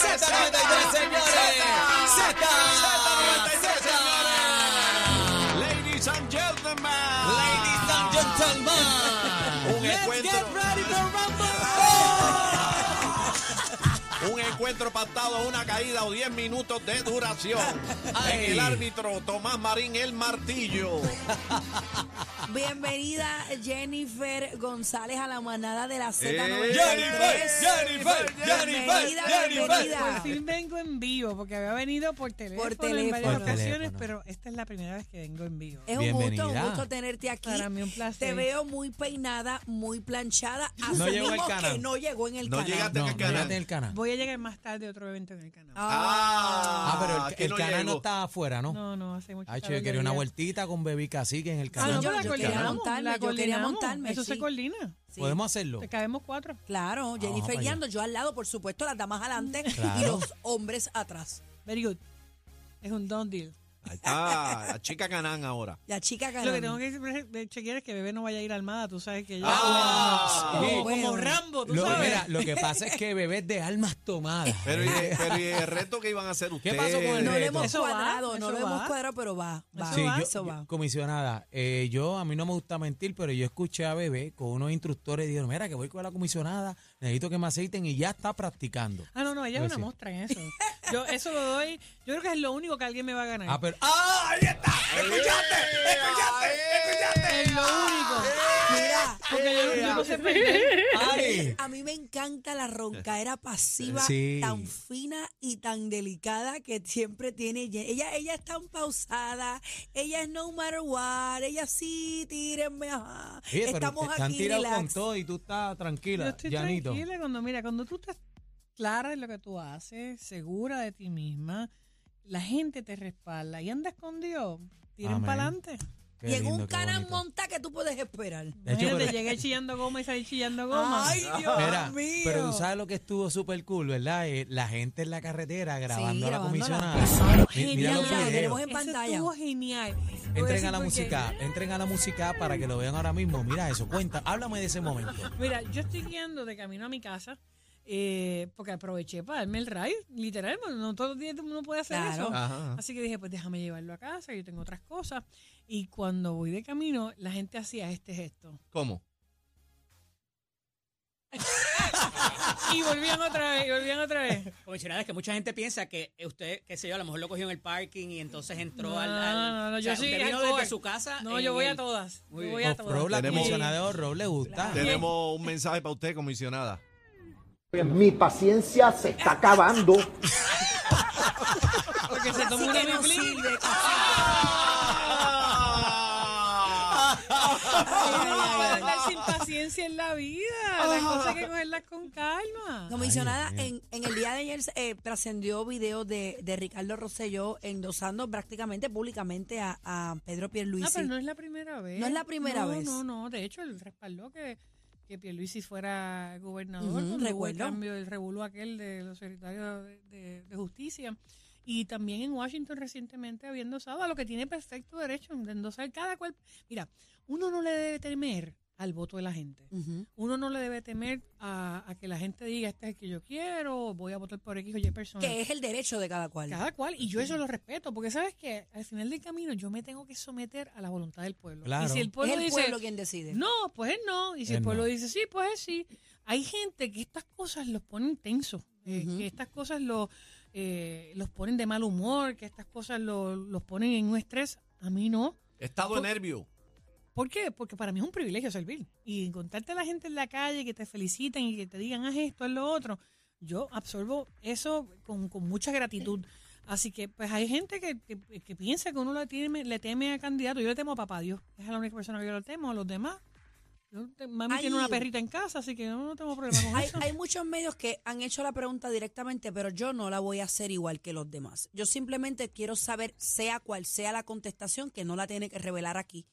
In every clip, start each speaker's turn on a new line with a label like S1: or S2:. S1: Z93, señores. Z.
S2: Ladies and gentlemen.
S1: Ladies and gentlemen.
S2: Un
S1: Let's
S2: encuentro.
S1: get ready for Rumble.
S2: Un encuentro pactado, una caída o 10 minutos de duración. En el árbitro Tomás Marín el martillo.
S3: Bienvenida Jennifer González a la manada de la Z93.
S2: ¡Eh!
S1: Jennifer, Jennifer, Jennifer,
S3: Bienvenida,
S1: Jennifer.
S3: bienvenida.
S4: Por fin vengo en vivo, porque había venido por teléfono, en varias
S3: teléfono.
S4: ocasiones,
S5: Por
S4: pero esta es la primera vez que vengo en vivo.
S3: Es un gusto, un
S5: Bienvenida.
S3: gusto tenerte aquí.
S4: Para mí un placer.
S3: Te veo muy peinada, muy planchada.
S5: No llegó el
S3: Asumimos que
S5: canal.
S3: no llegó en el
S2: No
S3: canal.
S2: llegaste
S5: No,
S2: en
S5: no
S2: el canal.
S5: llegaste en el canal.
S4: Voy a llegar más tarde a otro evento en el canal.
S2: Ah,
S5: Ah, pero el,
S2: que
S5: el
S2: no
S5: canal
S2: llegó.
S5: no está afuera, ¿no?
S4: No, no, hace mucho
S5: Ay, Ah, yo
S4: calor
S5: quería una
S4: allá.
S5: vueltita con Bebé Cacique en el
S4: Ah,
S5: canal.
S4: no,
S3: Yo-
S4: Ah, pero la
S3: yo quería
S4: coordinamos,
S3: montarme,
S4: la
S3: yo quería
S4: coordinamos.
S3: montarme,
S4: Eso
S3: sí.
S4: se coordina.
S3: Sí.
S5: Podemos hacerlo.
S4: Te cabemos cuatro. Ah,
S3: Claro, Jennifer
S5: para allá.
S3: guiando, yo al lado, por supuesto, las damas adelante y
S5: Claro.
S3: los hombres atrás.
S4: Very good. Es un done deal.
S2: Ahí está, Ah, la chica Canán ahora.
S3: La chica
S4: Lo que tengo
S3: ganó.
S4: que siempre chequear es que bebé no vaya a ir armada, tú sabes que ella
S2: Ah,
S4: como,
S5: sí.
S4: como
S3: Bueno.
S4: Rambo, tú
S5: Lo,
S4: sabes.
S5: mira, lo que pasa es que Bebé es de almas tomadas.
S2: Pero y, pero y el reto que iban a hacer
S5: ¿Qué
S2: ustedes.
S5: pasó con el
S3: No lo
S5: reto?
S3: hemos
S4: Eso va,
S3: cuadrado, no
S4: eso
S3: lo hemos
S4: va.
S3: cuadrado, pero va, va,
S4: Eso
S5: Sí,
S4: va,
S5: yo-
S3: eso
S5: yo-
S3: va.
S5: comisionada, eh, yo a mí no me gusta mentir, pero yo escuché a Bebé con unos instructores y dijeron, mira que voy con la comisionada, necesito que me aceiten y ya está practicando.
S4: Ah, no, no, ella es
S5: Yo
S4: una
S5: sí.
S4: mostra en eso. Yo eso lo doy. Yo creo que es lo único que alguien me va a ganar.
S5: Ah, pero ¡Ah! Ahí está.
S2: ¡Escuchaste!
S5: pues.
S2: ¡Escuchaste!
S4: es lo único.
S5: Ah,
S3: Mira,
S4: Porque Eh, yo, yo no sé perder.
S5: Ay.
S3: A mí me encanta la roncaera pasiva,
S5: Sí.
S3: tan fina y tan delicada que siempre tiene. Ye- Ella, ella es tan pausada, ella es no matter what, ella sí, tírenme, ajá.
S5: Oye, pero
S3: Estamos
S5: te están
S3: aquí
S5: tirados con
S3: relax.
S5: todo y tú estás
S4: Yo
S5: tranquila,
S4: estoy
S5: Janito.
S4: tranquila cuando, mira, cuando tú estás clara en lo que tú haces, segura de ti misma, la gente te respalda y andas con Dios, tiran
S5: Amén.
S4: para adelante.
S5: Qué
S3: Y en
S5: lindo,
S3: un
S5: qué
S3: canal
S5: bonito.
S3: monta que tú puedes esperar.
S5: De hecho,
S4: Imagínate,
S5: pero-
S4: llegué chillando goma y salí chillando goma.
S3: Ay, Dios
S5: Mira,
S3: mío.
S5: pero tú sabes lo que estuvo súper cool, ¿verdad? Eh, la gente en la carretera grabando a la
S3: grabándola.
S5: comisionada. Mi- Mira los
S3: Genial. Tenemos
S5: videos.
S3: en
S4: Eso
S3: pantalla.
S4: estuvo genial. Voy
S5: Entren
S4: decir
S5: a la
S4: por qué.
S5: música, entren a la música para que lo vean ahora mismo. Mira eso, cuenta, háblame de ese momento.
S4: Mira, yo estoy guiando de camino a mi casa eh, porque aproveché para darme el ride, literal, bueno, no todos los días uno puede hacer
S3: Claro.
S4: eso.
S2: Ajá.
S4: Así que dije, pues déjame llevarlo a casa, yo tengo otras cosas. Y cuando voy de camino, la gente hacía este gesto.
S2: ¿Cómo?
S4: Y volvían otra vez, y volvían otra vez.
S6: Comisionada, es que mucha gente piensa que usted, qué sé yo, a lo mejor lo cogió en el parking y entonces entró
S4: No,
S6: al, al-
S4: no, no,
S6: o sea,
S4: yo sí,
S6: usted vino
S4: hardcore.
S6: desde su casa.
S4: No,
S6: en
S4: yo voy a
S6: el-
S4: todas.
S6: Muy
S4: Yo
S6: bien.
S4: voy a todas.
S5: Off-road, Oh, la
S2: Tenemos-
S5: comisionada de Off-road le gusta.
S2: Tenemos un mensaje para usted, comisionada.
S7: Mi paciencia se está acabando.
S4: Porque se
S3: Así
S4: tomó una Ah,
S3: que no
S4: Biblia.
S3: sirve.
S4: Ay, para andar sin paciencia en la vida. Las cosas hay que cogerlas con
S3: Ah,
S4: calma.
S3: Comisionada, en, en el día de ayer eh, trascendió video de, de Ricardo Rosselló endosando prácticamente públicamente a, a Pedro Pierluisi.
S4: Ah, pero no es la primera vez.
S3: No es la primera
S4: No,
S3: vez.
S4: No, no, de hecho, él respaldó que, que Pierluisi fuera gobernador.
S3: Ujú,
S4: cuando hubo el
S3: recuerdo.
S4: cambio, el revolú aquel de los secretarios de, de- de justicia. Y también en Washington recientemente había endosado a lo que tiene perfecto derecho de endosar cada cual. Mira, uno no le debe temer al voto de la gente.
S3: Ujú.
S4: Uno no le debe temer a, a que la gente diga, este es el que yo quiero, voy a votar por X o Y persona.
S3: Que es el derecho de cada cual.
S4: Cada cual, y yo eso lo respeto, porque sabes que al final del camino yo me tengo que someter a la voluntad del pueblo.
S5: Claro.
S4: Y si el
S3: es
S4: pueblo
S3: el
S4: Pues dice,
S3: pueblo quien decide.
S4: no, pues es no. Y si
S5: Es
S4: el pueblo
S5: no.
S4: dice, sí, pues es sí. Hay gente que estas cosas los ponen tensos, eh,
S3: Ujú.
S4: que estas cosas lo, eh, los ponen de mal humor, que estas cosas lo- los ponen en un estrés. A mí no.
S2: Estado de nervio.
S4: ¿Por qué? Porque para mí es un privilegio servir. Y encontrarte a la gente en la calle que te felicitan y que te digan, haz esto, haz lo otro. Yo absorbo eso con, con mucha gratitud. Así que, pues hay gente que, que- que piensa que uno le teme, le teme a candidato. Yo le temo a papá Dios. Es la única persona que yo le temo. A los demás. yo te- mami
S3: Ay.
S4: tiene una perrita en casa, así que yo no tengo problema con
S3: Hay,
S4: eso.
S3: hay muchos medios que han hecho la pregunta directamente, pero yo no la voy a hacer igual que los demás. Yo simplemente quiero saber, sea cual sea la contestación, que no la tiene que revelar aquí.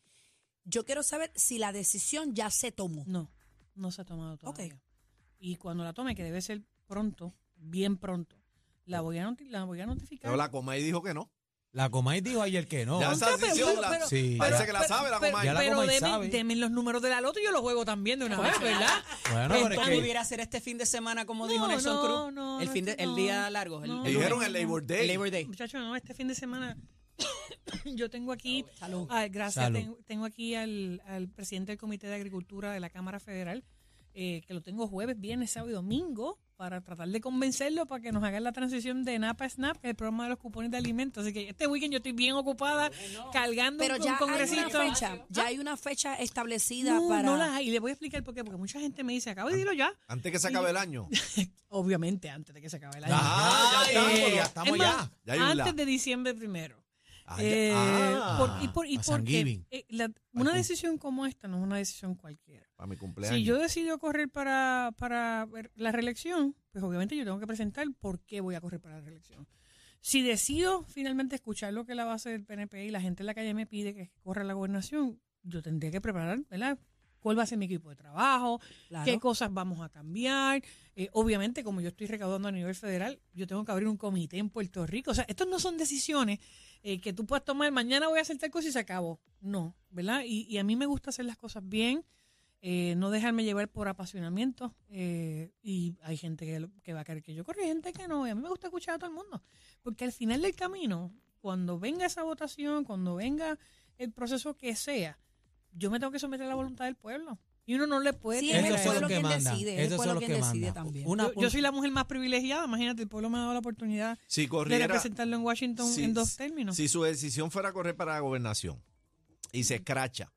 S3: Yo quiero saber si la decisión ya se tomó.
S4: No, no se ha tomado todavía. Y cuando la tome, que debe ser pronto, bien pronto, la voy a, noti- la voy a notificar.
S2: Pero la coma y dijo que no.
S5: La Comay dijo ayer que no.
S2: Ya
S5: Pero
S2: esa
S4: Nunca, pero-
S2: decisión
S4: pero-
S2: la-
S4: pero-
S5: Sí.
S2: parece
S4: pero-
S2: que la sabe la
S4: pero-
S2: Comay.
S5: Ya la
S4: Pero
S5: Comay
S4: deme-
S5: sabe.
S4: deme los números de la loto y yo los juego también de una vez, ¿verdad?
S5: Bueno, pero es
S6: ¿Tú
S5: que-
S6: pudiera ser este fin de semana como dijo
S4: No,
S6: Nelson
S4: no,
S6: Cruz?
S4: no,
S6: el,
S4: no,
S6: fin de-
S4: este
S6: el
S4: no.
S6: día largo. El,
S4: No,
S6: el
S2: Dijeron
S6: lunes.
S2: el Labor
S6: El
S2: Day.
S6: Labor Day.
S4: Muchachos, no, este fin de semana yo tengo aquí,
S3: Salud.
S4: ah, gracias,
S5: Salud.
S4: tengo, tengo aquí al, al presidente del Comité de Agricultura de la Cámara Federal, eh, que lo tengo jueves, viernes, sábado y domingo, para tratar de convencerlo para que nos hagan la transición de NAPA a SNAP, que es el programa de los cupones de alimentos. Así que este weekend yo estoy bien ocupada cargando
S3: Pero
S4: un,
S3: ya
S4: un
S3: hay una
S4: congresito. Ah.
S3: fecha, ya hay una fecha establecida
S4: No,
S3: para...
S4: no las hay. Y le voy a explicar por qué, porque mucha gente me dice, acabo
S5: Ah.
S4: de decirlo ya.
S2: Antes que se acabe el año.
S4: Obviamente, antes de que se acabe el año.
S2: Ah, ya
S4: Eh,
S2: estamos, ya
S4: es
S2: estamos
S4: más,
S2: ya. Ya hay un la.
S4: antes de diciembre primero.
S2: Ah, ya-
S4: Eh,
S2: ah,
S4: por- y por, y
S5: a San
S4: porque
S5: Giving.
S4: eh, la-
S2: Ay,
S4: una
S2: con-
S4: decisión como esta no es una decisión cualquiera.
S2: para mi cumpleaños.
S4: Si yo decido correr para, para ver la reelección, pues obviamente yo tengo que presentar por qué voy a correr para la reelección. Si decido finalmente escuchar lo que la base del PNP y la gente en la calle me pide que corra la gobernación, yo tendría que preparar, ¿verdad? ¿Cuál va a ser mi equipo de trabajo?
S3: Claro.
S4: ¿Qué cosas vamos a cambiar? Eh, obviamente, como yo estoy recaudando a nivel federal, yo tengo que abrir un comité en Puerto Rico. O sea, estas no son decisiones eh, que tú puedas tomar, mañana voy a hacer tal cosa y se acabó. No, ¿verdad? Y, y a mí me gusta hacer las cosas bien, eh, no dejarme llevar por apasionamiento. eh, y hay gente que, lo- que va a querer que yo corra y gente que no. Y a mí me gusta escuchar a todo el mundo. Porque al final del camino, cuando venga esa votación, cuando venga el proceso que sea, yo me tengo que someter a la voluntad del pueblo. Y uno no le puede
S3: Sí,
S4: tener-
S3: es el
S5: Esos son
S3: pueblo
S5: los que
S3: quien
S5: mandan.
S3: decide, es el
S5: Esos son
S3: pueblo
S5: los
S3: quien
S5: que
S3: decide
S5: mandan.
S3: también.
S5: Una
S4: yo, yo soy la mujer más privilegiada, imagínate, el pueblo me ha dado la oportunidad
S2: si
S4: de
S2: corriera,
S4: representarlo en Washington
S2: si-
S4: en dos términos.
S2: si su decisión fuera a correr para la gobernación y se escracha,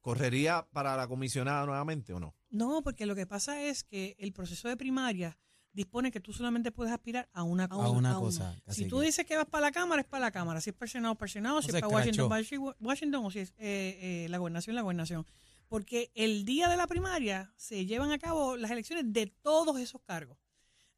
S2: ¿correría para la comisionada nuevamente o no?
S4: No, porque lo que pasa es que el proceso de primaria dispone que tú solamente puedes aspirar a una cosa.
S5: a una cosa.
S4: Si
S5: así
S4: tú
S5: que-
S4: dices que vas para la Cámara, es para la Cámara. Si es para el Senado, para el Senado. Si
S5: se
S4: es para Washington,
S5: escrachó.
S4: para Chi- Washington. O si es eh, eh, la gobernación, la gobernación. Porque el día de la primaria se llevan a cabo las elecciones de todos esos cargos.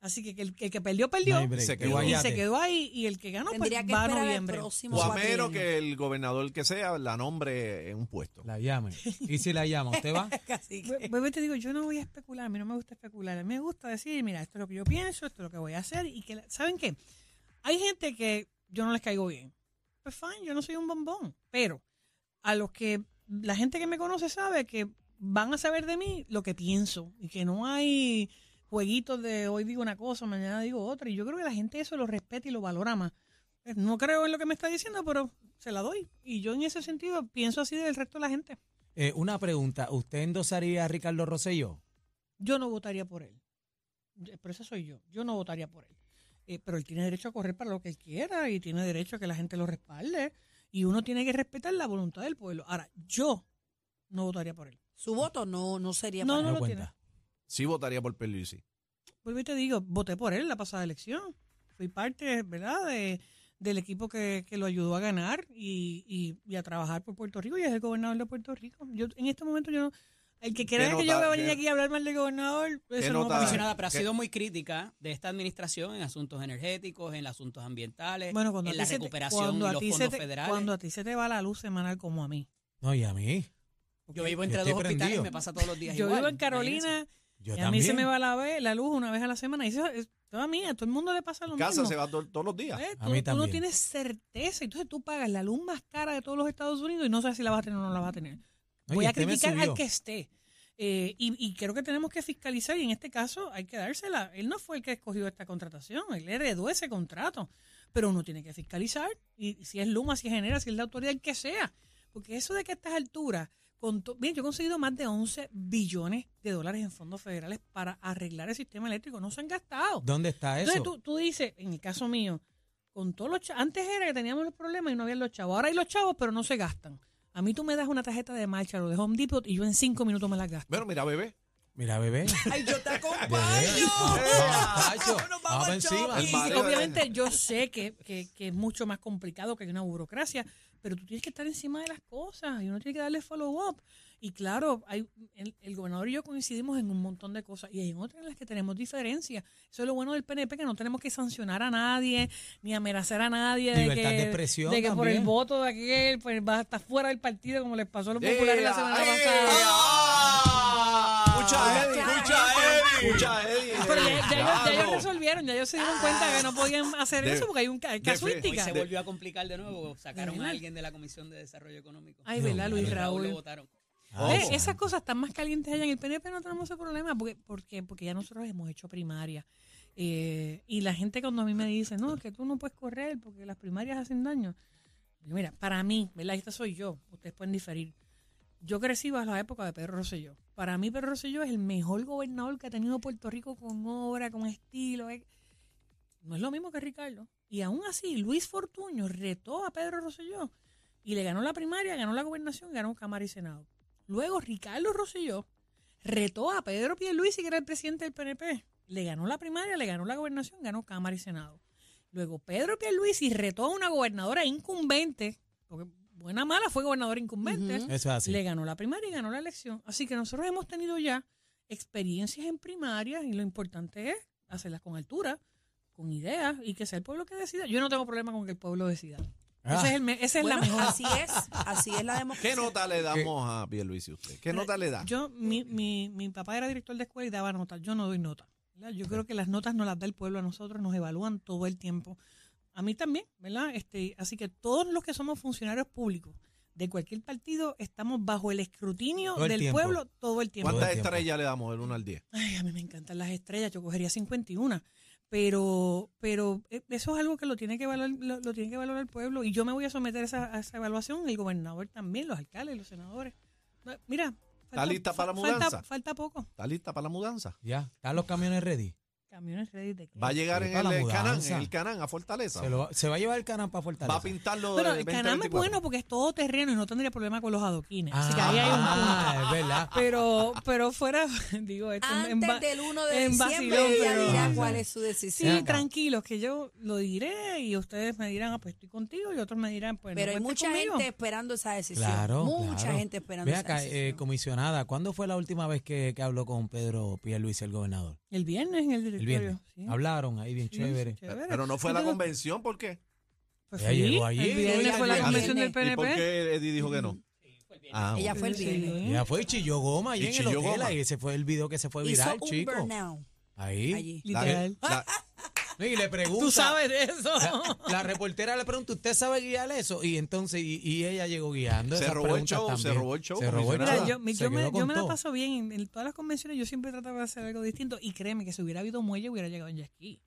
S4: Así que el, el que perdió,
S5: No
S4: perdió.
S5: hay break,
S2: se
S5: el
S2: quedó.
S4: y
S5: guayate.
S4: se quedó ahí. Y el que ganó, pues,
S3: Tendría que
S4: va a
S3: esperar al
S4: noviembre.
S3: próximo
S2: O a menos
S3: cuatrienio.
S2: que el gobernador que sea la nombre en un puesto.
S5: La llamen. ¿Y si la llama? ¿Usted va?
S3: Así que-
S4: Vu- Vuelvo y Pues, te digo, yo no voy a especular, a mí no me gusta especular, a mí me gusta decir, mira, esto es lo que yo pienso, esto es lo que voy a hacer y que, la- ¿saben qué? Hay gente que yo no les caigo bien. Pues fine, yo no soy un bombón, pero a los que la gente que me conoce sabe que van a saber de mí lo que pienso y que no hay jueguitos de hoy digo una cosa, mañana digo otra y yo creo que la gente eso lo respeta y lo valora más. Eh, No creo en lo que me está diciendo, pero se la doy y yo en ese sentido pienso así del resto de la gente.
S5: Eh, una pregunta. ¿Usted endosaría a Ricardo Rosselló?
S4: yo no votaría por él. Eh, Pero ese soy yo. Yo no votaría por él. Eh, pero él tiene derecho a correr para lo que él quiera y tiene derecho a que la gente lo respalde. Y uno tiene que respetar la voluntad del pueblo. Ahora, yo no votaría por él.
S3: Su voto no, no sería
S4: No,
S3: para-
S5: Me
S4: no
S5: doy
S4: lo
S5: cuenta.
S4: tiene.
S2: Sí votaría por Pelusi.
S4: Vuelvo y te digo, voté por él en la pasada elección. Fui parte, ¿verdad?, de, del equipo que, que lo ayudó a ganar y, y- y a trabajar por Puerto Rico y es el gobernador de Puerto Rico. Yo En este momento yo no... El que crea que yo
S2: nota-
S4: voy a venir
S2: qué-
S4: aquí a hablar mal del gobernador, eso no va a
S2: nota-
S4: pasar.
S6: Comisionada, pero ha
S2: ¿Qué?
S6: sido muy crítica de esta administración en asuntos energéticos, en asuntos ambientales,
S4: Bueno, cuando a
S6: en
S4: ti
S6: la
S4: se te-
S6: recuperación
S4: cuando
S6: de
S4: a
S6: los
S4: ti se
S6: fondos
S4: te-
S6: federales.
S4: Cuando a ti se te va la luz semanal como a mí.
S5: No, y a mí.
S6: yo vivo entre
S5: Yo
S6: dos
S5: estoy
S6: hospitales y
S5: prendido.
S6: me pasa todos los días
S4: Yo
S6: igual,
S4: vivo en Carolina
S6: imagínense.
S5: Yo
S4: y a
S5: también.
S4: mí se me va la, ve- la luz una vez a la semana. Y eso es toda mía, a todo el mundo le pasa lo
S2: Casa
S4: mismo.
S2: se va to- todos los días.
S4: Eh,
S5: A
S4: tú,
S5: mí
S4: tú no
S5: también.
S4: tienes certeza, entonces tú pagas la luz más cara de todos los Estados Unidos y no sabes si la vas a tener o no la vas a tener.
S5: No, y
S4: Voy a
S5: este me
S4: criticar al
S5: subió.
S4: que esté. Eh, y, y creo que tenemos que fiscalizar y en este caso hay que dársela. Él no fue el que escogió esta contratación, él heredó ese contrato, pero uno tiene que fiscalizar y si es Luma, si es Genera, si es la autoridad, el que sea. Porque eso de que a estas alturas, con to- bien, yo he conseguido más de 11 billones de dólares en fondos federales para arreglar el sistema eléctrico, no se han gastado.
S5: ¿Dónde está eso?
S4: Entonces tú, tú dices, en el caso mío, con todos los cha- antes era que teníamos los problemas y no había los chavos. Ahora hay los chavos, pero no se gastan. A mí tú me das una tarjeta de marcha o de Home Depot y yo en cinco minutos me las gasto.
S2: Bueno, mira, bebé.
S5: Mira, bebé.
S3: ¡Ay, yo te
S5: Bebé.
S3: acompaño!
S5: Ah, Pacho,
S3: Nos vamos
S5: vamos
S3: al
S5: encima.
S2: shopping.
S4: Y
S2: Vale,
S4: obviamente yo sé que, que- que es mucho más complicado que hay una burocracia, pero tú tienes que estar encima de las cosas y uno tiene que darle follow-up. Y claro, hay, el, el gobernador y yo coincidimos en un montón de cosas y hay otras en las que tenemos diferencias. Eso es lo bueno del PNP, que no tenemos que sancionar a nadie, ni amenazar a nadie.
S5: Libertad
S4: que,
S5: de expresión
S4: De que por el
S5: también.
S4: voto de aquel, pues va a estar fuera del partido, como les pasó a los populares la semana pasada.
S2: ¡Ea! ¡Ah! Mucha Eddie, mucha Eddie. Escucha, Eddie.
S4: Pero ya, ya ellos, ya ellos
S2: Claro.
S4: resolvieron, ya ellos se dieron cuenta que no podían hacer
S2: De-
S4: eso porque hay un ca-
S6: Hoy
S4: casuística.
S6: se volvió a complicar de nuevo. Sacaron
S4: ¿Verdad?
S6: a alguien de la Comisión de Desarrollo Económico.
S4: Ay, ¿verdad, Luis
S6: A Lo
S4: Raúl?
S6: votaron.
S5: Ah,
S4: Ve,
S5: sí.
S4: Esas cosas están más calientes allá en el PNP, no tenemos ese problema. Porque, ¿Por qué? Porque ya nosotros hemos hecho primaria. Eh, y la gente cuando a mí me dice, no, es que tú no puedes correr porque las primarias hacen daño. Digo, Mira, para mí, ¿verdad? Esta soy yo, ustedes pueden diferir. Yo crecí bajo la época de Pedro Rosselló. Para mí, Pedro Rosselló es el mejor gobernador que ha tenido Puerto Rico con obra, con estilo. eh. No es lo mismo que Ricardo. Y aún así, Luis Fortuño retó a Pedro Rosselló y le ganó la primaria, ganó la gobernación, ganó Cámara y Senado. Luego Ricardo Rosselló retó a Pedro Pierluisi, que era el presidente del PNP. Le ganó la primaria, le ganó la gobernación, ganó Cámara y Senado. Luego Pedro Pierluisi retó a una gobernadora incumbente, porque buena mala fue gobernadora incumbente.
S5: Eso es así.
S4: Le ganó la primaria y ganó la elección. Así que nosotros hemos tenido ya experiencias en primaria y lo importante es hacerlas con altura, con ideas y que sea el pueblo que decida. Yo no tengo problema con que el pueblo decida.
S5: Ah.
S4: Ese es el me- esa es la
S3: Bueno,
S4: mejor.
S3: Así es, así es la democracia.
S2: ¿Qué nota le damos a Pierluisi usted? ¿Qué nota le da?
S4: Yo, mi, mi, mi papá era director de escuela y daba notas. Yo no doy notas. ¿verdad? Yo creo que las notas nos las da el pueblo a nosotros, nos evalúan todo el tiempo. A mí también, ¿verdad? Este, así que todos los que somos funcionarios públicos de cualquier partido estamos bajo el escrutinio
S5: Todo el
S4: del
S5: tiempo.
S4: pueblo todo el tiempo.
S5: Todo
S2: ¿Cuántas
S5: el tiempo.
S2: estrellas le damos del 1 al 10?
S4: Ay, a mí me encantan las estrellas, yo cogería 51. Pero, pero eh, eso es algo que lo tiene que valorar, lo, lo tiene que valorar el pueblo. Y yo me voy a someter a esa, a esa evaluación, el gobernador también, los alcaldes, los senadores. No, Mira,
S2: lista para la
S4: falta-
S2: mudanza?
S4: falta poco.
S2: ¿Está lista para la mudanza?
S5: Ya, están los camiones ready.
S4: Camiones ready de qué?
S2: Va a llegar
S5: Sí,
S2: en
S5: para
S2: el
S5: la
S2: eh, Canán,
S5: mudanza.
S2: en el Canán, a Fortaleza.
S5: Se, lo, se va a llevar el canal para
S2: Va a
S5: Fortaleza.
S2: pintarlo
S4: Pero
S2: de
S4: el canal es
S2: 2024.
S4: bueno porque es todo terreno y no tendría problema con los adoquines. Así que ahí hay un punto.
S5: Ah, es verdad.
S4: Pero, pero fuera, digo, esto en- en
S3: Antes
S4: va-
S3: del 1 de
S4: en
S3: diciembre
S4: vacilón,
S3: ella
S4: pero-
S3: dirá cuál es su
S4: Sí,
S3: decisión.
S4: tranquilos, que yo lo diré y ustedes me dirán, ah, pues estoy contigo y otros me dirán, pues no
S3: Pero hay
S4: cuentes
S3: mucha
S4: conmigo.
S3: gente esperando esa decisión.
S5: Claro.
S3: mucha
S5: claro.
S3: gente esperando
S5: Ve
S3: esa
S5: acá, eh,
S3: decisión.
S5: comisionada, ¿cuándo fue la última vez que, que habló con Pedro Pierluis, el gobernador?
S4: El viernes en el
S5: El
S4: directorio.
S5: viernes.
S4: sí.
S5: Hablaron ahí bien
S4: Sí,
S5: chévere.
S4: chévere.
S2: Pero no fue a la
S4: Entonces,
S2: convención, ¿por qué?
S4: pues
S5: Ella
S4: sí,
S5: llegó allí.
S4: El viernes
S3: Ella
S4: fue la
S3: llegó
S4: convención
S3: allí.
S4: del
S3: ¿Y
S2: ¿Y por
S4: PNP.
S2: qué Eddie dijo que no? Ah,
S3: Ella
S2: bueno.
S3: fue el
S4: Sí,
S3: viernes.
S5: Ya fue y chilló goma
S2: Y
S5: allí en el
S2: chilló
S5: hotel.
S2: goma.
S5: Ahí ese fue el video que se fue viral,
S3: Hizo un
S5: chico.
S3: burnout
S5: Ahí.
S3: allí.
S2: La-
S4: Literal.
S2: la-
S5: No, Y le pregunta.
S4: Tú sabes de eso.
S5: La, la reportera le pregunta, ¿usted sabe guiar eso? Y entonces, y, y ella llegó guiando.
S2: Se
S5: esas
S2: robó el
S5: preguntas
S2: show, se
S5: también.
S2: robó el show,
S5: Se robó el
S2: comisionada.
S5: show.
S4: Mira, yo, me-
S5: Se
S4: yo me,
S5: quedó con
S4: yo me la
S5: todo.
S4: paso bien. En, en todas las convenciones yo siempre trataba de hacer algo distinto. Y créeme que si hubiera habido muelle, hubiera llegado en jet ski.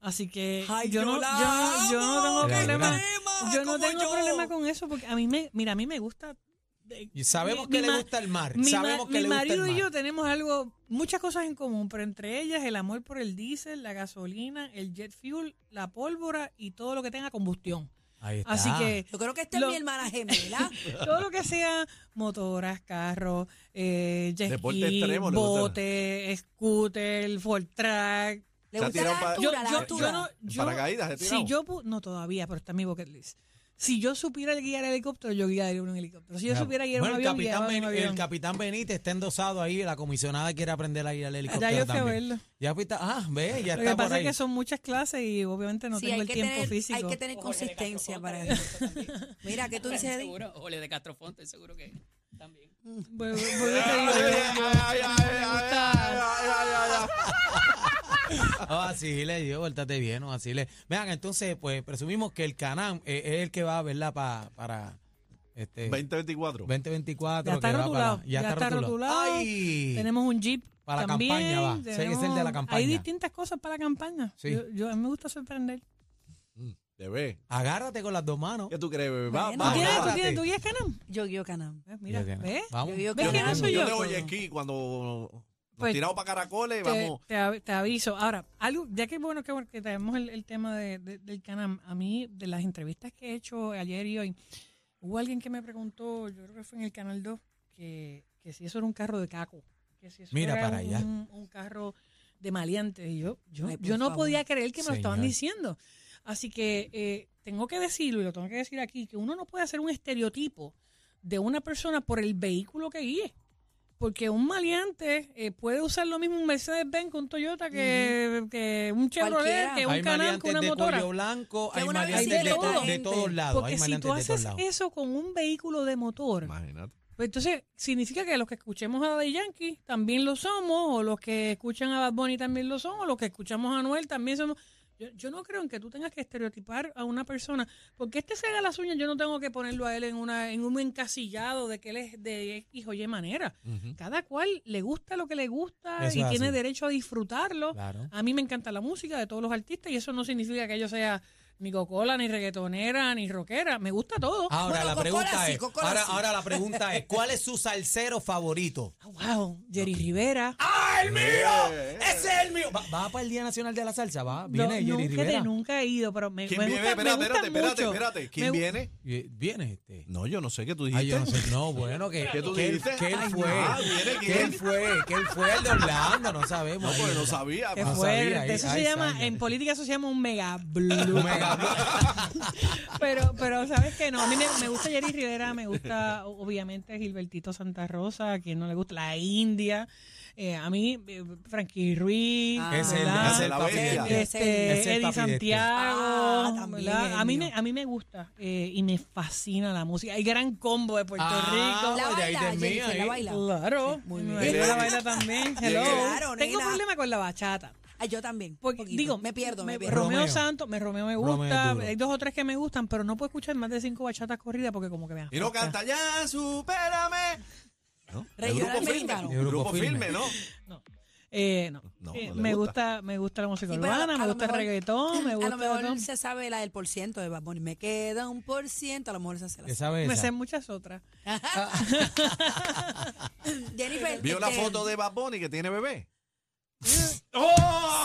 S4: Así que
S3: Ay,
S4: yo,
S3: yo
S4: no, yo,
S3: la
S4: no- yo no tengo
S5: amo, qué
S4: problema.
S3: crema,
S4: Yo no
S3: como
S4: tengo
S3: yo.
S4: problema con eso porque a mí me, mira, a mí me gusta. eh,
S5: Y sabemos
S4: mi-
S5: que
S4: mi
S5: le
S4: ma-
S5: gusta el mar.
S4: mi ma-
S5: sabemos que
S4: mi
S5: le gusta el
S4: marido
S5: mar.
S4: y yo tenemos algo, muchas cosas en común, pero entre ellas el amor por el diésel, la gasolina, el jet fuel, la pólvora y todo lo que tenga combustión.
S5: Ahí está.
S4: Así que
S3: Yo creo que esta
S4: Lo-
S3: es mi hermana gemela.
S4: todo lo que sea motoras, carros, eh, jet
S2: Deporte
S4: ski,
S2: extremo, le gusta.
S4: bote, scooter, full track.
S3: Le
S2: Se ha
S3: gusta
S2: tirado
S3: la
S2: pa-
S3: altura,
S4: Yo-
S3: la
S4: yo-
S3: altura.
S4: yo no-
S2: En paracaídas, ¿he tirado?
S4: si yo pu- no todavía, pero está en mi bucket list. Si yo supiera guiar el helicóptero, yo guiaría un helicóptero. Si yo
S5: Ya.
S4: supiera guiar
S5: Bueno,
S4: un
S5: el
S4: avión,
S5: capitán,
S4: guiaba un
S5: Ben-
S4: avión.
S5: el capitán Benítez está endosado ahí. La comisionada quiere aprender a ir al helicóptero.
S4: yo fui a
S5: también.
S4: verlo.
S5: Ya fuiste- Ah, ve, ya está
S4: Lo que
S5: por
S4: pasa
S5: ahí.
S4: es que son muchas clases y obviamente no
S3: Sí,
S4: tengo
S3: hay
S4: el
S3: que
S4: tiempo
S3: tener-
S4: físico.
S3: Hay que tener
S6: Ojo, Jorge de
S3: consistencia
S6: Castro
S3: para
S6: Fonte,
S3: eso. Mira, ¿qué tú dices, Eddie?
S6: Seguro. O le de Castro Fonte, seguro que también.
S4: Vuelvo- vuelvo y te
S2: Ay,
S4: digo, yo- yo-
S2: ay, ay,
S4: a mí
S2: ay,
S4: me
S2: ay,
S4: gusta-
S2: ay, ay, ay, ay, ay.
S5: Ah, así le dio, vuéltate bien, o así le. Vean, entonces, pues presumimos que el Canam eh, es el que va, ¿verdad? Pa- para este
S2: 2024.
S5: 2024.
S4: Ya está
S5: que va
S4: rotulado,
S5: para-
S4: ya está rotulado.
S5: Ay,
S4: Tenemos un jeep
S5: Para la
S4: también,
S5: campaña va. Sé que es el de la
S4: tenemos- Hay
S5: campaña.
S4: distintas cosas para la campaña.
S5: Sí.
S4: Yo, yo- a mí me gusta sorprender.
S2: Bebé.
S5: agárrate con las dos manos.
S2: ¿Qué tú crees, bebé? Va,
S3: Bueno.
S4: ¿Tú
S2: va,
S4: tienes,
S2: va.
S4: tú
S5: espérate.
S4: tienes, tú guías Canam?
S3: Yo, yo, Canam.
S4: Eh, Mira,
S5: Ah, Ya, ya.
S4: ¿ves?
S5: Vamos.
S3: Yo- yo
S4: ¿Ves que no
S3: Canam.
S4: soy
S2: Yo
S4: yo?
S2: te voy aquí cuando nos
S4: Pues,
S2: tiramos para caracoles,
S4: Te,
S2: vamos.
S4: Este, te av- te aviso. Ahora, algo, ya que bueno que, bueno que tenemos el, el tema de- de- del Canam, a mí, de las entrevistas que he hecho ayer y hoy, hubo alguien que me preguntó, yo creo que fue en el Canal 2, que, que si eso era un carro de caco, que si eso
S5: Mira
S4: era
S5: para
S4: un,
S5: allá.
S4: un carro de maleantes. Y yo, yo,
S3: Ay, por
S4: yo no
S3: favor.
S4: podía creer que me lo estaban
S5: Señor.
S4: diciendo. Así que eh, tengo que decirlo, y lo tengo que decir aquí, que uno no puede hacer un estereotipo de una persona por el vehículo que guíe. Porque un maleante eh, puede usar lo mismo un Mercedes-Benz con un Toyota que, que un Chevrolet,
S3: Cualquiera.
S4: que un
S5: hay
S4: Canam, que
S5: maleantes
S4: una
S5: de
S4: motora.
S5: cuello blanco,
S3: Que
S5: hay
S3: una
S5: maleantes de,
S4: bicicleta,
S5: todo- de
S3: gente.
S5: todos lados.
S4: Porque
S5: hay
S4: si tú
S5: maleantes de todos
S4: haces
S5: lados.
S4: eso con un vehículo de motor,
S2: Imagínate.
S4: Pues entonces, significa que los que escuchemos a Daddy Yankee también lo somos, o los que escuchan a Bad Bunny también lo son, o los que escuchamos a Anuel también somos. Yo, yo no creo en que tú tengas que estereotipar a una persona. Porque este se haga las uñas, yo no tengo que ponerlo a él en una en un encasillado de que él es de hijo y manera. Cada cual le gusta lo que le gusta
S5: Eso
S4: y
S5: es
S4: tiene
S5: así.
S4: derecho a disfrutarlo.
S5: Claro.
S4: A mí me encanta la música de todos los artistas y eso no significa que yo sea ni cocola, ni reggaetonera, ni rockera. Me gusta todo.
S5: Ahora
S3: Bueno,
S5: la
S3: Cocola
S5: pregunta
S3: sí,
S5: es,
S3: Cocola
S5: ahora,
S3: sí.
S5: ahora la pregunta es, ¿cuál es su salsero favorito?
S4: Ah, wow, Jerry Rivera.
S5: ¡Ah, el mío! ¡Ese es el mío! Va, va para el Día Nacional de la Salsa, va,
S4: No,
S5: viene Jerry
S4: nunca, de-
S5: Rivera.
S4: nunca he ido, pero me,
S2: ¿Quién
S4: me
S2: viene?
S4: gusta, me
S2: Espérate,
S4: gusta
S2: espérate, espérate,
S4: mucho.
S2: espérate. ¿Quién
S4: Me gu-
S2: viene?
S5: Eh, Viene este.
S2: No, yo no sé qué tú
S5: Ah,
S2: dijiste.
S5: yo no sé. No, bueno, que,
S2: ¿Qué tú
S5: que él,
S2: dijiste?
S5: que él
S2: Ay,
S5: fue.
S2: ah, viene,
S5: que él
S2: ¿quién?
S5: fue, que él fue el de Orlando, no sabemos.
S2: No, pues no
S5: Ahí,
S2: sabía.
S4: Qué
S5: No
S2: pues.
S5: Ah, sabía,
S4: fuerte.
S5: ahí-
S4: eso
S5: ahí
S4: se llama,
S5: sale.
S4: en política eso se llama un mega
S5: un
S4: blue.
S5: mega bloque.
S4: pero, pero sabes que no, a mí me, me gusta Jerry Rivera, me gusta o- obviamente Gilbertito Santa Rosa, a quien no le gusta, la India, eh, a mí eh, Frankie Ruiz,
S3: Ah,
S5: Es el-
S4: ¿verdad?
S2: es el la bestia.
S3: Ese-
S4: Este,
S5: Ese es papi de
S4: Eddie
S5: este.
S4: Santiago.
S3: Ah, también,
S4: ¿verdad? a, mí
S3: genio.
S4: me, a mí me gusta eh, y me fascina la música. Hay gran combo de Puerto
S5: Ah,
S4: Rico.
S3: La
S5: Oye, ahí
S3: baila,
S5: de mí,
S3: Jennifer, la
S5: ahí.
S3: baila.
S4: Claro,
S3: muy
S4: muy
S3: bien.
S4: la baila también. Hello.
S3: Claro,
S4: Tengo
S3: nena.
S4: problema con la bachata.
S3: Ay, Ah, yo también.
S4: Porque,
S3: poquito.
S4: digo,
S3: me pierdo, me, pierdo.
S4: Romeo,
S5: Romeo.
S4: Santos, me Romeo me
S5: Romeo
S4: gusta.
S5: es duro.
S4: hay dos o tres que me gustan, pero no puedo escuchar más de cinco bachatas corridas porque como que me
S2: Y no
S4: afecta.
S2: canta ya, supérame. ¿No?
S3: Rey
S2: El grupo
S3: Llorando
S2: firme.
S3: Mexicano.
S2: El grupo firme, ¿no?
S4: Eh, no.
S2: No,
S4: Eh,
S2: no le
S4: me
S2: gusta.
S4: gusta, me gusta la música
S3: Sí, pero a-
S4: urbana,
S3: a
S4: me
S3: lo
S4: gusta el
S3: mejor-
S4: reggaetón, me
S3: A
S4: gusta.
S3: lo mejor
S4: ¿no?
S3: se sabe la del por ciento de Bad Bunny. Me queda un por ciento. A lo mejor se hace la.
S5: Esa vez.
S4: Me
S5: esa.
S4: sé muchas otras.
S3: Jennifer.
S2: ¿Vio la
S3: este,
S2: foto de Bad Bunny que tiene bebé?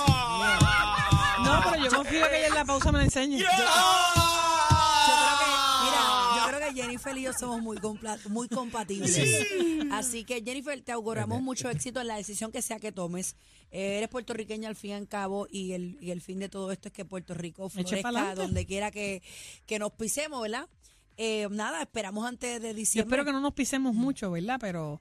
S2: ¡Oh!
S4: No, pero yo confío que ella en la pausa me la enseñe.
S3: Yo creo que, mira, yo creo que Jennifer y yo somos muy, compla- muy compatibles. Así que, Jennifer, te auguramos mucho éxito en la decisión que sea que tomes. Eh, Eres puertorriqueña al fin y al cabo y el, y el fin de todo esto es que Puerto Rico
S4: Eche pa'lante.
S3: florezca donde quiera que, que nos pisemos, ¿verdad? Eh, nada, esperamos antes de
S4: Yo
S3: diciembre.
S4: espero que no nos pisemos mucho, ¿verdad? Pero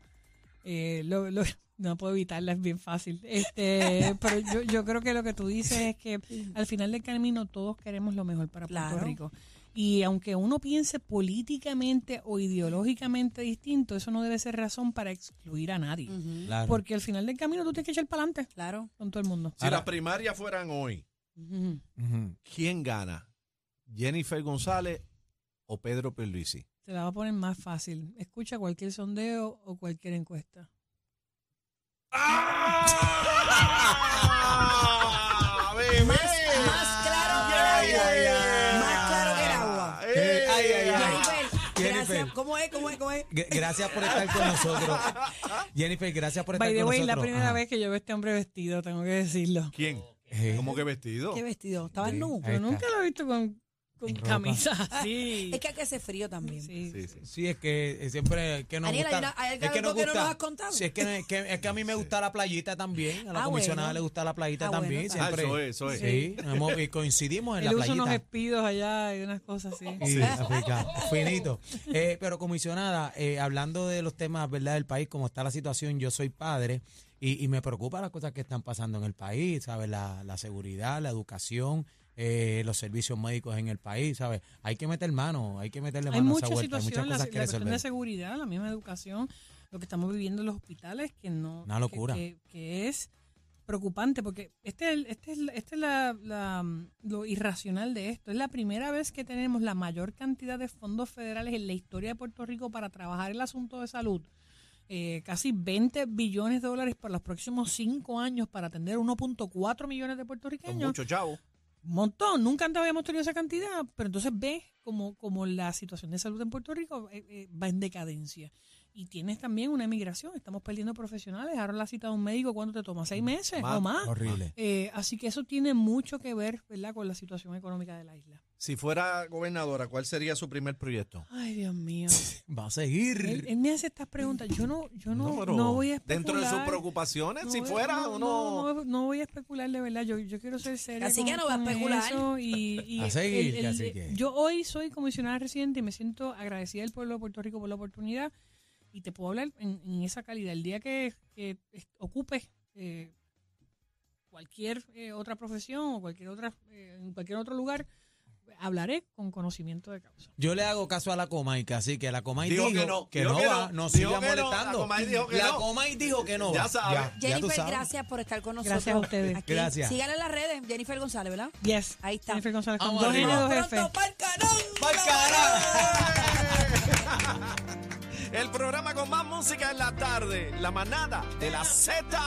S4: eh, lo- lo- no puedo evitarla, es bien fácil. Este, pero yo, yo creo que lo que tú dices es que al final del camino todos queremos lo mejor para Puerto
S3: Claro.
S4: Rico. Y aunque uno piense políticamente o ideológicamente distinto, eso no debe ser razón para excluir a nadie.
S5: Claro.
S4: Porque al final del camino tú tienes que echar para adelante
S3: Claro.
S4: con todo el mundo.
S2: Si las primarias fueran hoy,
S4: Ujú.
S5: Ujú.
S2: ¿quién gana? ¿Jennifer González o Pedro Pierluisi?
S4: Te la va a poner más fácil. Escucha cualquier sondeo o cualquier encuesta.
S2: ¡Ah! ¡Bebé!
S3: Más, más claro que el agua. Más claro que el agua.
S2: ¡Eh!
S5: Ay, ay, ay.
S3: Jennifer,
S5: Jennifer.
S3: gracias. ¿Cómo es? ¿Cómo es? ¿Cómo es?
S5: G- Gracias por estar con nosotros. Jennifer, gracias por estar
S4: By the
S5: con
S4: way,
S5: nosotros. Ah.
S4: la primera
S5: Ajá.
S4: vez que yo veo a este hombre vestido, tengo que decirlo.
S2: ¿Quién?
S5: Eh,
S2: ¿Cómo que vestido?
S3: ¿Qué vestido? ¿Estabas
S5: Sí. Eh.
S3: nu?
S5: Ahí
S4: Yo
S5: está.
S4: nunca lo he visto con, con
S5: ropa.
S4: camisa así.
S3: Es que aquí hace frío también.
S4: Sí.
S2: Sí, sí.
S5: Sí, es que eh, siempre es que nos
S3: Ariel, hay
S5: gusta.
S3: una- hay
S5: es que
S3: algo
S5: nos
S3: que no
S5: gusta.
S3: nos has contado.
S5: Sí, es que, es que, es que a mí me gusta la playita también. A la
S3: Ah,
S5: comisionada
S3: bueno.
S5: le gusta la playita
S3: Ah, bueno,
S5: también.
S3: está
S2: Ah,
S5: siempre.
S2: eso es, eso es.
S5: Sí, nos hemos- y coincidimos en
S4: Él
S5: la
S4: usa unos
S5: playita.
S4: espidos allá y unas cosas así.
S5: Sí, África, finito. Eh, pero comisionada, eh, hablando de los temas verdad del país, como está la situación, yo soy padre y, y me preocupa las cosas que están pasando en el país, ¿sabes? La, la seguridad, la educación, eh, los servicios médicos en el país, ¿sabes? Hay que meter mano, hay que meterle
S4: Hay
S5: mano a esa
S4: muchas
S5: vuelta, hay muchas
S4: situaciones, la,
S5: cosas
S4: la
S5: que
S4: cuestión de
S5: resolver.
S4: seguridad, la misma educación, lo que estamos viviendo en los hospitales, que no.
S5: Una
S4: que-
S5: locura.
S4: Que, que es preocupante, porque este es, el- este es, la- este es la, la, mm, lo irracional de esto. Es la primera vez que tenemos la mayor cantidad de fondos federales en la historia de Puerto Rico para trabajar el asunento de salud. eh, casi 20 billones de dólares para los próximos 5 años para atender 1.4 millones de
S2: Son
S4: puertorriqueños.
S2: muchos chavos.
S4: Un montón, nunca antes habíamos tenido esa cantidad, pero entonces ves como, como la situación de salud en Puerto Rico eh, eh, va en decadencia. Y tienes también una emigración, estamos perdiendo profesionales, ahora la cita de un médico, ¿cuánto te toma? ¿Seis meses
S2: Más.
S4: o más?
S5: Horrible.
S4: Eh, así que eso tiene mucho que ver ¿verdad? con la situación económica de la isla.
S2: Si fuera gobernadora, ¿cuál sería su primer proyecto?
S4: Ay, Dios mío.
S5: Va a
S4: Él,
S5: seguir.
S4: él me hace estas preguntas. Yo no, yo no, no,
S2: pero
S4: voy a especular.
S2: Dentro de sus preocupaciones,
S4: No
S2: si
S4: voy-
S2: fuera
S4: no,
S2: uno...
S4: No, no, no voy a especular de verdad. Yo, yo quiero ser seria.
S3: Así que
S4: con-
S3: no va a
S4: con
S3: especular.
S4: eso y- y
S5: A seguir,
S4: el- el-
S5: cacique.
S4: Yo hoy soy comisionada residente y me siento agradecida del pueblo de Puerto Rico por la oportunidad. Y te puedo hablar en, en esa calidad. El día que, que es- ocupes eh, cualquier eh, otra profesión o cualquier otra, eh, en cualquier otro lugar, hablaré con conocimiento de causa.
S5: Yo le hago caso a la Comaica, así que la Comay
S2: Dijo
S5: dijo,
S2: que no,
S5: que
S2: dijo
S5: no
S2: que
S5: va,
S2: no,
S5: no
S2: dijo
S5: siga
S2: que no, la
S5: molestando.
S2: Comay dijo que no.
S5: Comay dijo que no
S2: Ya
S5: va.
S2: sabes.
S5: ya tú
S3: Jennifer,
S5: sabes.
S3: gracias por estar con nosotros.
S4: Gracias a ustedes.
S3: aquí.
S5: Gracias.
S3: Síganle en las redes. Jennifer González, ¿verdad?
S4: Yes.
S3: Ahí está.
S4: Jennifer González con
S5: Vamos
S4: dos N,
S5: arriba.
S4: dos F.
S3: Pronto, pa'l carajo.
S5: ¡Pa'l carajo!
S2: El programa con más música en la tarde, la manada de la Z.